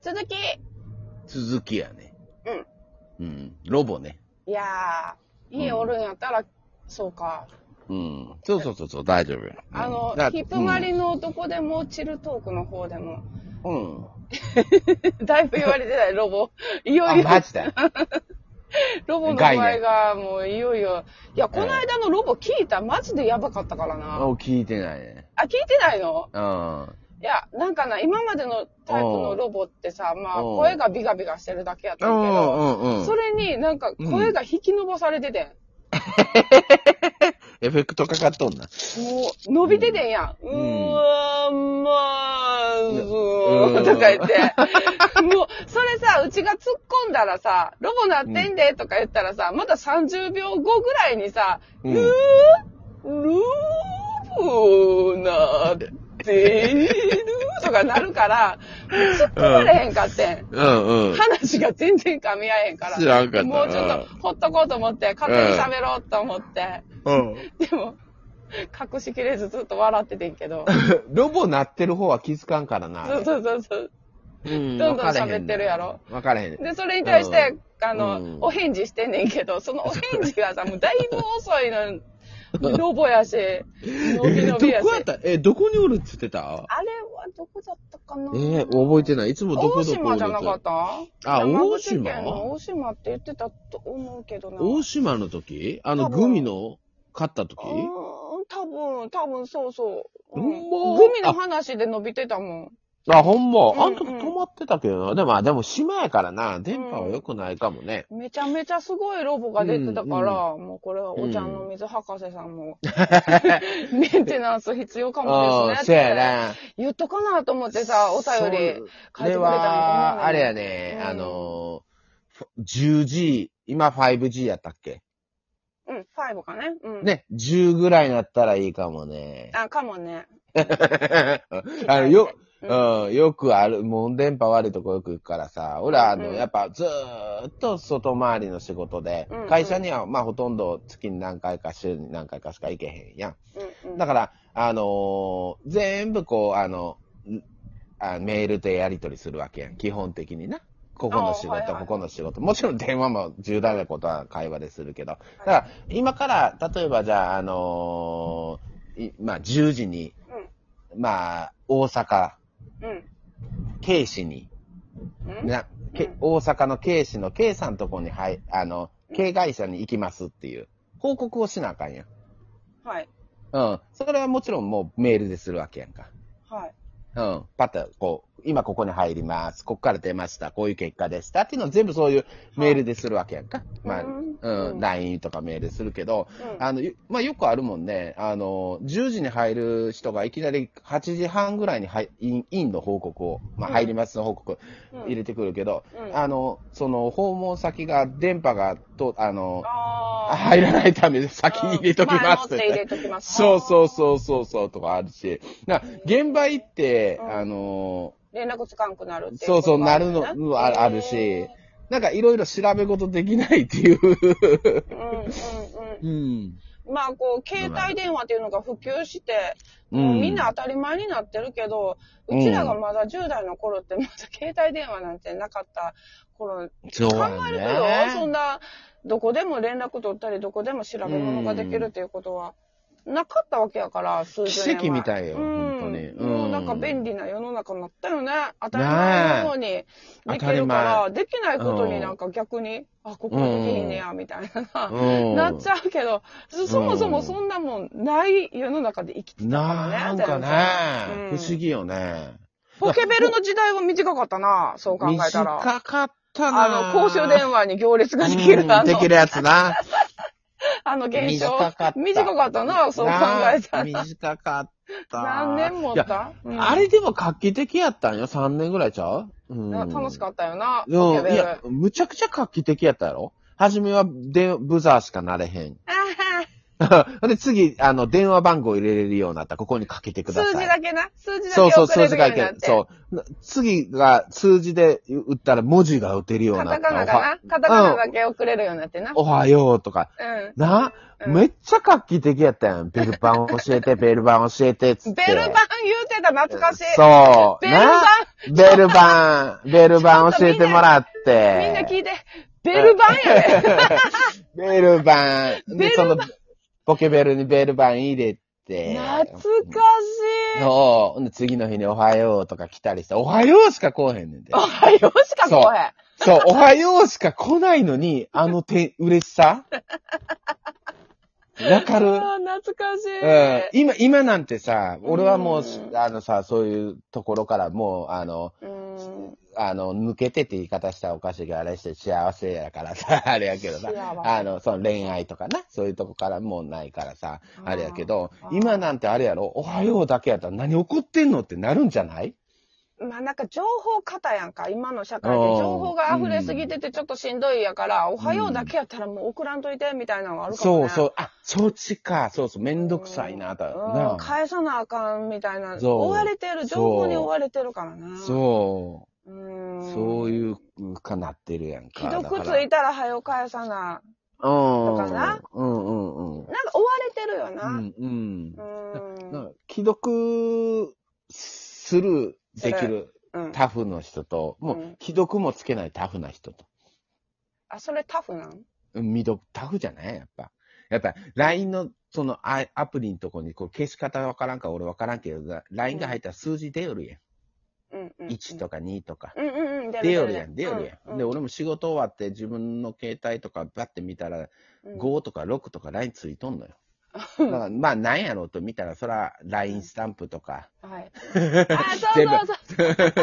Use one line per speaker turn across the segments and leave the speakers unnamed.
続き
続きやね。
うん。
うん。ロボね。
いやー、家おるんやったら、そうか。
うん。そうそうそうそう、大丈夫や。うん
あの
だ、
ヒップマリの男でも、チルトークの方でも、
うん。うん
だいぶ言われてない、ロボ。いよ
あ、
いよ、
マジだよ。
ロボの具合が、もういよいよ。いや、この間のロボ聞いた、マジでやばかったからな。
お聞いてないね。
あ、聞いてないの
うん。
いや、なんかな、今までのタイプのロボってさ、まあ、
おう
声がビガビガしてるだけやった
うん
やけど、
んうんうん。
それになんか声が引き伸ばされててん。
エフェクトかかっとんな。
もう、伸びててんやん。う
うん
わー、まー
うん
ずーとか言って。もう、それさ、うちが突っ込んだらさ、ロボなってんでとか言ったらさ、また30秒後ぐらいにさ、
う
ル
ん
ー、ルーなってるとかなるから、突っ込まれへんかってん。
うんうん。
話が全然噛み合えへんから。
知らんかった
もうちょっと、ほっとこうと思って、勝手に喋ろうと思って。
うん。
でも、隠しきれずずっと笑っててん けど。
ロボ鳴ってる方は気づかんからな。
そうそうそうそう。
うん
どんどん喋ってるやろ。
分かれへんねん。
で、それに対して、あの、
うん
お返事してんねんけど、そのお返事がさ、もうだいぶ遅い の。ロボやし、伸び
え、
伸
ど
びやし
こ。やったえ、どこにおるっつってた
あれはどこだったかな
えー、覚えてない。いつもどこ
大
どこ
島じゃなかった
あ
山
大
口
島
県の大島って言ってたと思うけどな。
大島の時あの、
多分
グミの、買った時
うーん、多分、多分そうそう。うん
ほんま
グミの話で伸びてたもん。
あ、ほんま。
う
あ
んうん
ん時止まってたけどな。でも、あでも島やからな、電波は良くないかもね。
めちゃめちゃすごいロボが出てたから、もうこれはお茶の水博士さんも、 メンテナンス必要かも
う
で
ん、
す
そ
ねっ
や
て。
な。
言っとかなと思ってさ、お便り書いて
そう
くれたのか
で
な。
は、あれやね、
うん
あの、10G、今 5G やったっけ
うん、5かね。うん。。
ね、10ぐらいになったらいいかもね。
あ、かもね。
あの、よ、
うん。
うん、よくある、もう電波悪いとこよく行くからさ、俺はあの、
うん
やっぱずーっと外回りの仕事で、
うん
会社にはまあほとんど月に何回か週に何回かしか行けへんやん。
うんうん
だから、あのー全部こう、あの、んあメールでやり取りするわけやん。基本的にな。ここの仕事、
あはいはいはい
ここの仕事。もちろん電話も重大なことは会話でするけど。だから、今から、例えばじゃあ、あのーいまあ、10時に、まあ、大阪、
うん。うん。
警視に、
うん
な、け
うん
大阪の警視の警さんとこに、はい、あの、警会社に行きますっていう、報告をしなあかんやん。
はい。
うん。それはもちろんもうメールでするわけやんか。
はい。
うん。パッと、こう、今ここに入ります。ここから出ました。こういう結果でした。っていうのを全部そういうメールでするわけやんか。まあ、
うん
う
うん
ん、LINE とかメールするけど、
うん
あの、よまあよくあるもんね。あの、10時に入る人がいきなり8時半ぐらいに入インインの報告を、まあ
うん
入りますの報告
うん
入れてくるけど、
うん
あの、その訪問先が電波がと、あの、
あー
入らないためで先に入れときま
前も
すって
って入れときます。
そうそうそうそうそうとかあるし、な現場行って、
うん
あの
連絡つかんくなるってい
そうそう
ことがあよね
なるのああるし
へ
なんかいろいろ調べ事できないっていう。
ーうんうんうん
うん。
まあこう、携帯電話っていうのが普及して、
うん
もうみんな当たり前になってるけど、う
うん
ちらがまだ10代の頃ってまだ携帯電話なんてなかった頃、
そう
考
や
えるとよ、そん
ね。
な、どこでも連絡取ったり、どこでも調べ物ができるっていうことは、なかったわけやから、数十年前。
奇跡みたいよ
うん
本当にうん
もうなんか便利な世の中になったよね。当たり前のようにできるから、できないことになんか逆に、あ、ここできひんねや、みたいな。
うん
なっちゃうけど、そそもそもそんなもんない世の中で生きてたからね。
なんかね、
うん
不思議よね。
ポケベルの時代は短かったな、そう考えたら。
短かったな
あの、公衆電話に行列ができる、あ
うんで
の
き、るやつな。
あの現象。
短かった。
短かったな、そう考えたら。
な短かった。
何年も
い
だっ
や、
た、うん
あれでも画期的やったんよ。3年ぐらいちゃう、うん、
な楽しかったよな、ポケ
うん、
ベ
い
ル。
や、むちゃくちゃ画期的やったやろ初めは、で、ブザーしかなれへん。
あは
で、次、あの、電話番号入れれるようになったら、ここにかけてください。
数字だけな。数字だけ
そうそう、
送
数
れ
字
るよ
が
う
い
に
け
なっ
る。
て。
そう。な次が数字で打ったら文字が打てるように
カ
な
タカ
った。
ナがな。カタカナだけ送れるようになってな。
おはおはようとか。
う
な、
うん
めっちゃ画期的やったやん。ベルバン教 えて、ベルバン教えて、つっ
ん。
て
ベ。ルバン言うてた懐かしい。
そう。
ベルバン
なベルバン、ベルバン教えてもらっ
み
て。
んな聞いて。ベルバンやで。
ベルバン。
ベ
で、
ル
そ
バン
の、ボケベルにベルバン入れて。
懐かしい。
そう。ほんで次の日におはようとか来たりして、おはようしか来うへんねんで
お。はようしか来へん。
そう、おはようしか来ないのに、あのて、嬉し さわかる
あー懐かしい。
うん、今、今なんてさ、俺はもう
う、ん
あのさ、そういうところからもう、あの、
うん
あの、抜けてって言い方したらおかしいけど、あれして幸せやからさ、 あれやけどさ
幸せ、
あの、その恋愛とかな、そういうとこからもうないからさ、あれやけど
あ、ー
今なんてあれやろ、おはようだけやったら何怒ってんのってなるんじゃない
まあなんか情報型やんか、今の社会で情報が溢れすぎててちょっとしんどいやから、おはようだけやったらもう送らんといてみたいなのはあるかも
そ
ね。。
うそうう、あ、そっちか、そうそう、めんどくさいな、だ
うん、
な。
返さなあかんみたいな。
そう
追われてる、情報に追われてるからな。
そう。
う。うん。
そう
う。
いうかなってるやん
既
か。
読つ
だから
いたら早う返さな。
うん。
とかな
うんうんうん。
なんか追われてるよ
う
な。
んうん。
うん。
なんか既読する、できる
うん。
タフの人と、も
うん
う既読もつけないタフな人と。
あ、それタフなん
うん未読、タフじゃないやっぱ。やっぱ、LINE の、そのアアプリのとこに、こう、消し方わからんから俺わからんけど、LINE が入ったら数字出よるや
うんうん。
ん。1とか2とか。
うんうんうん。
出よるやん、出よるやん。で、
う
俺も仕事終わって自分の携帯とかバッて見たら、
んうん、
5とか6とか LINE ついとんのよ。だからまあ、なんやろうと見たら、そら、LINE スタンプと か、
はい。あ、そうそうそう。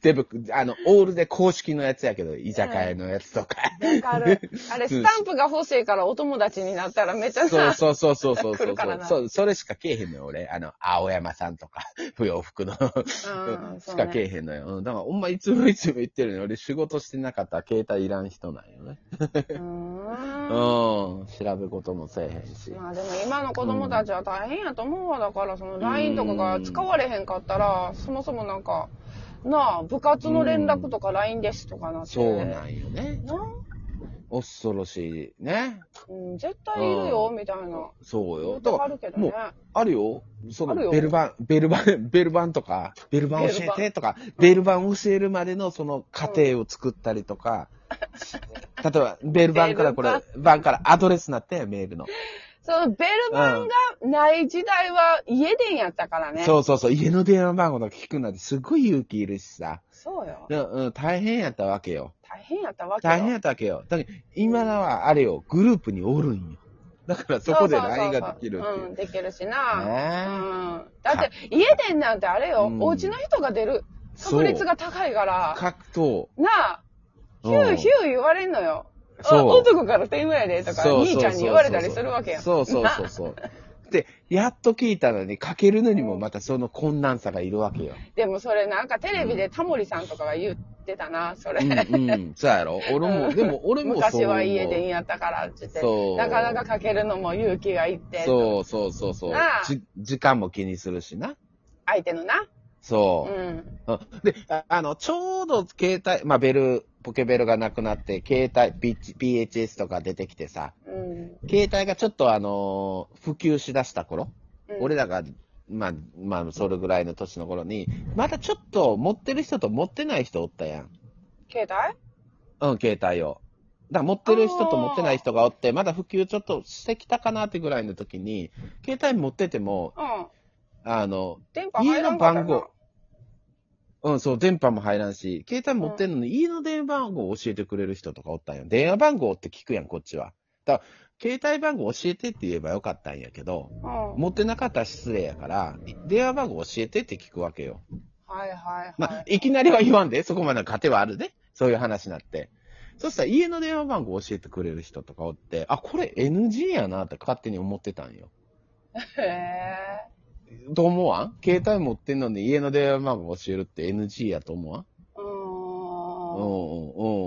全部、あの、オールで公式のやつやけど、居酒屋のやつとか。
わか る。あれ、スタンプが欲しいからお友達になったら めっちゃな。
そうそうそうそうそう
来
そう
るからな
そう。それしかけえへんのよ、俺。あの、青山さんとか、 不要服の、
うん
しかけえへんのよ。うんだから、ほんまいつもいつも言ってるのよ。俺、仕事してなかったら携帯いらん人なんよね。
そうねう
うん。
ーん
調べ事もせえへんし。
まあでも今の子供たちは大変やと思うわ。だから、その LINE とかが使われへんかったら、そもそもなんか、なあ、部活の連絡とか LINE ですとかなって。
そうなんよね。
なあ
恐ろしいね。
うん、絶対いるよ、みたいな。
そうよ。だ
わ
か
からるけ、ど
も
ね
う。、あるよ。その
あるよ
ベルバン、ベルバン、ベルバンとか、ベルバン教えてとか、ベルバン教えるまでのその過程を作ったり とか、例えば、ベルバンからこ
ベ
れ
ル、
バンからアドレスなってメールの。
そのベルバンがない時代は家電やったからね。
そうそうそう、家の電話番号とか聞くなんてすごい勇気いるしさ。
そうよ。
でうん、大変やったわけよ。
大変やったわけよ。
大変やったわけよ。だけど、今のはあれよ、グループにおるんよ。だからそこで
うううう
LINE ができるっていう
うん、。できるしな。
ねえ
うん。だって、家電なんてあれよ、
うん
お家の人が出る
そう
確率が高いから、
格闘。
なあ、ヒュ
う
ー
ん
ヒュー言われんのよ。
そう
あ男から電話やでとか、
そうそうそうそ
兄
う
ちゃんに言われたりするわけやん。
そうそうそ うそう。で、やっと聞いたのに、かけるのにもまたその困難さがいるわけよ。
でもそれなんかテレビでタモリさんとかが言ってたな、それ。
うん うん。そうやろ俺も、でも俺もそう。
昔は家でやったからって言って
そう
なかなかかけるのも勇気がいって、
そうそうそうそう
なあ
じ。時間も気にするしな。
相手のな。
そうう。
ん。
うんであ、あの、ちょうど携帯、まあ、ベル、ポケベルがなくなって、携帯、P- PHS とか出てきてさ、
うん。
携帯がちょっとあのー普及しだした頃、
うん
俺らが、まあ、まあ、それぐらいの年の頃に、まだちょっと持ってる人と持ってない人おったやん。
携帯
うん、携帯を。だから持ってる人と持ってない人がおって、まだ普及ちょっとしてきたかなってぐらいの時に、携帯持ってても、
うん。
あの、
電波
家
入ら
の
んかった
番
よな
号、うん、そう、電波も入らんし、携帯持ってんのに家の電話番号を教えてくれる人とかおったんよ。電話番号って聞くやん、こっちは。だから、携帯番号教えてって言えばよかったんやけど、
うん。
持ってなかったら失礼やから、電話番号教えてって聞くわけよ。
はいはいはい。
まあ、いきなりは言わんで、そこまでの糧はあるで、そういう話になって。そしたら家の電話番号教えてくれる人とかおって、あ、これ NG やなって勝手に思ってたんよ。
へ
と思わん携帯持ってんのに家の電話番号教えるって NG やと思わん
ぇー。う
うんう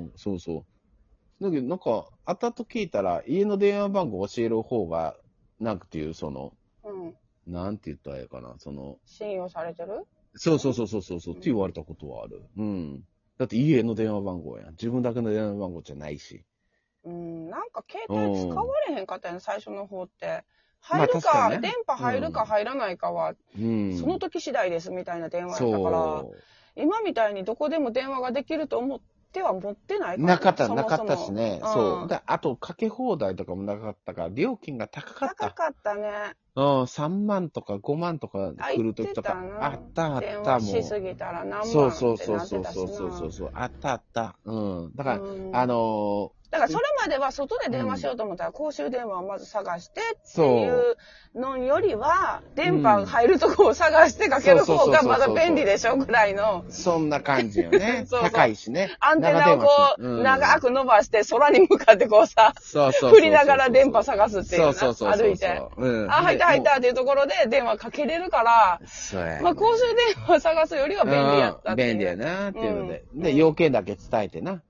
んうん、そうそう。だけどなんか、後々聞いたら家の電話番号教える方がなんていう、その、
うん。
なんて言ったらええかな、その、
信用されてる
そうそうそうそうそうそう、って言われたことはある。うん。だって家の電話番号やん。自分だけの電話番号じゃないし。
うん。なんか携帯使われへんかったよね、最初の方って。
まあ
入る
確
か、
かにね
電波入る
う
か
ん
入らないかは、
うん。
その時次第ですみたいな電話やったから、
そ
今みたいにどこでも電話ができると思っては持ってないから
う。
ね
なかった、
そ
な
も
か
そも
ったしね。
うん
そう。だあと、かけ放題とかもなかったから、料金が高かっ
高
た。
かったね。
うん、3万とか5万とか来る時とか
あ言ってた。な
あった、あっ
電
た、
話
も
し
う。
すぎたら何万って
そ
な
う
ってたしな。
そうそうそうそうそうそう。あった、あった。うん。だから、
うん
あの
だからそれまでは外で電話しようと思ったら公衆電話をまず探してって
そう
いうのよりは、電波入るとこを探してかける方がまだ便利でしょぐらいの、。
ーそんな感じよね
そうそう
高いしね。
アンテナをこう長く伸ばして空に向かってこうさ、
そうそうそうそう
振りながら電波探すっていう
そ
な
うそうそうそ
歩
う。
いて。。
うん。
あ、入った入っ
で。
たっていうところで電話かけれるから
もう、そうや。
まあ公衆電話探すよりは便利やったっていう。
うん便利やなっていうので。
うん
で、要件だけ伝えてな。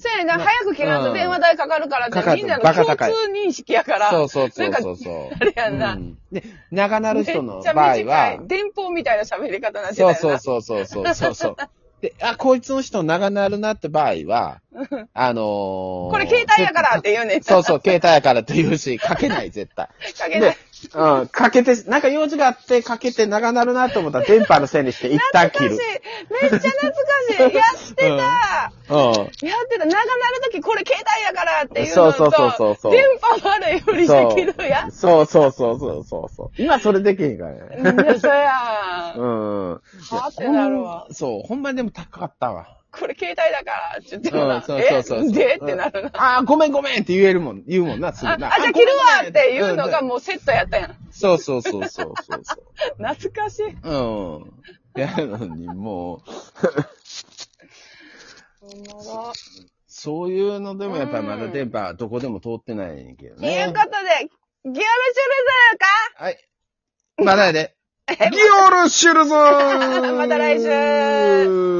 そうやな、
まあ
早く切らんと電話代かかるから
かか
っ
る
てみんなの
バカ
共通
高い
認識やから。
そうそうそう
なん
そ
か
うそう。
あれやんな
うんで、長なる人の
め
場合
っちゃ短、
はい
電報みたいな喋り方になってたよ
そう
な。
そうそうそうそうそうそう。で、あ、こいつの人長なるなって場合は、あのー、
これ携帯やからって言うねん。
そう そう、携帯やからって言うし、かけない、絶対。
かけない。、
でうん、かけて、なんか用事があって、かけて長なるなと思ったら、電波のせいにして、一旦切
懐か
る
しい。。めっちゃ懐かしい。やってた。
うんうん。
やってた。長なるときこれ携帯やからっていう
そ
の
う
と、
そうそうそうそう
電波悪いふりして切るや
そうそうそうそうそうそう。今それできへんからね。
ん。で、そや。
うんん。は
あってなるわ
そう、ほんまにでも高かったわ。
これ携帯だからって言っても
うん、
な。
そうそうそうそう。
えでってなるな。
な。あー、ごめんごめんって言えるもん、言うもんな、すぐ
あ、あ、じ
な。
ゃあ切るわっていうのが
うん
もうセットやったやん。
そうそうそうそうそうそ
懐かしい。
う。うん。やのに、もう、
おもろ
そういうのでもやっぱりまだ電波はどこでも通ってないねんけど
という
ね
こ。とで、ギャルシュルズか
はい。 まだやで。ギオルシュルゾー
また来週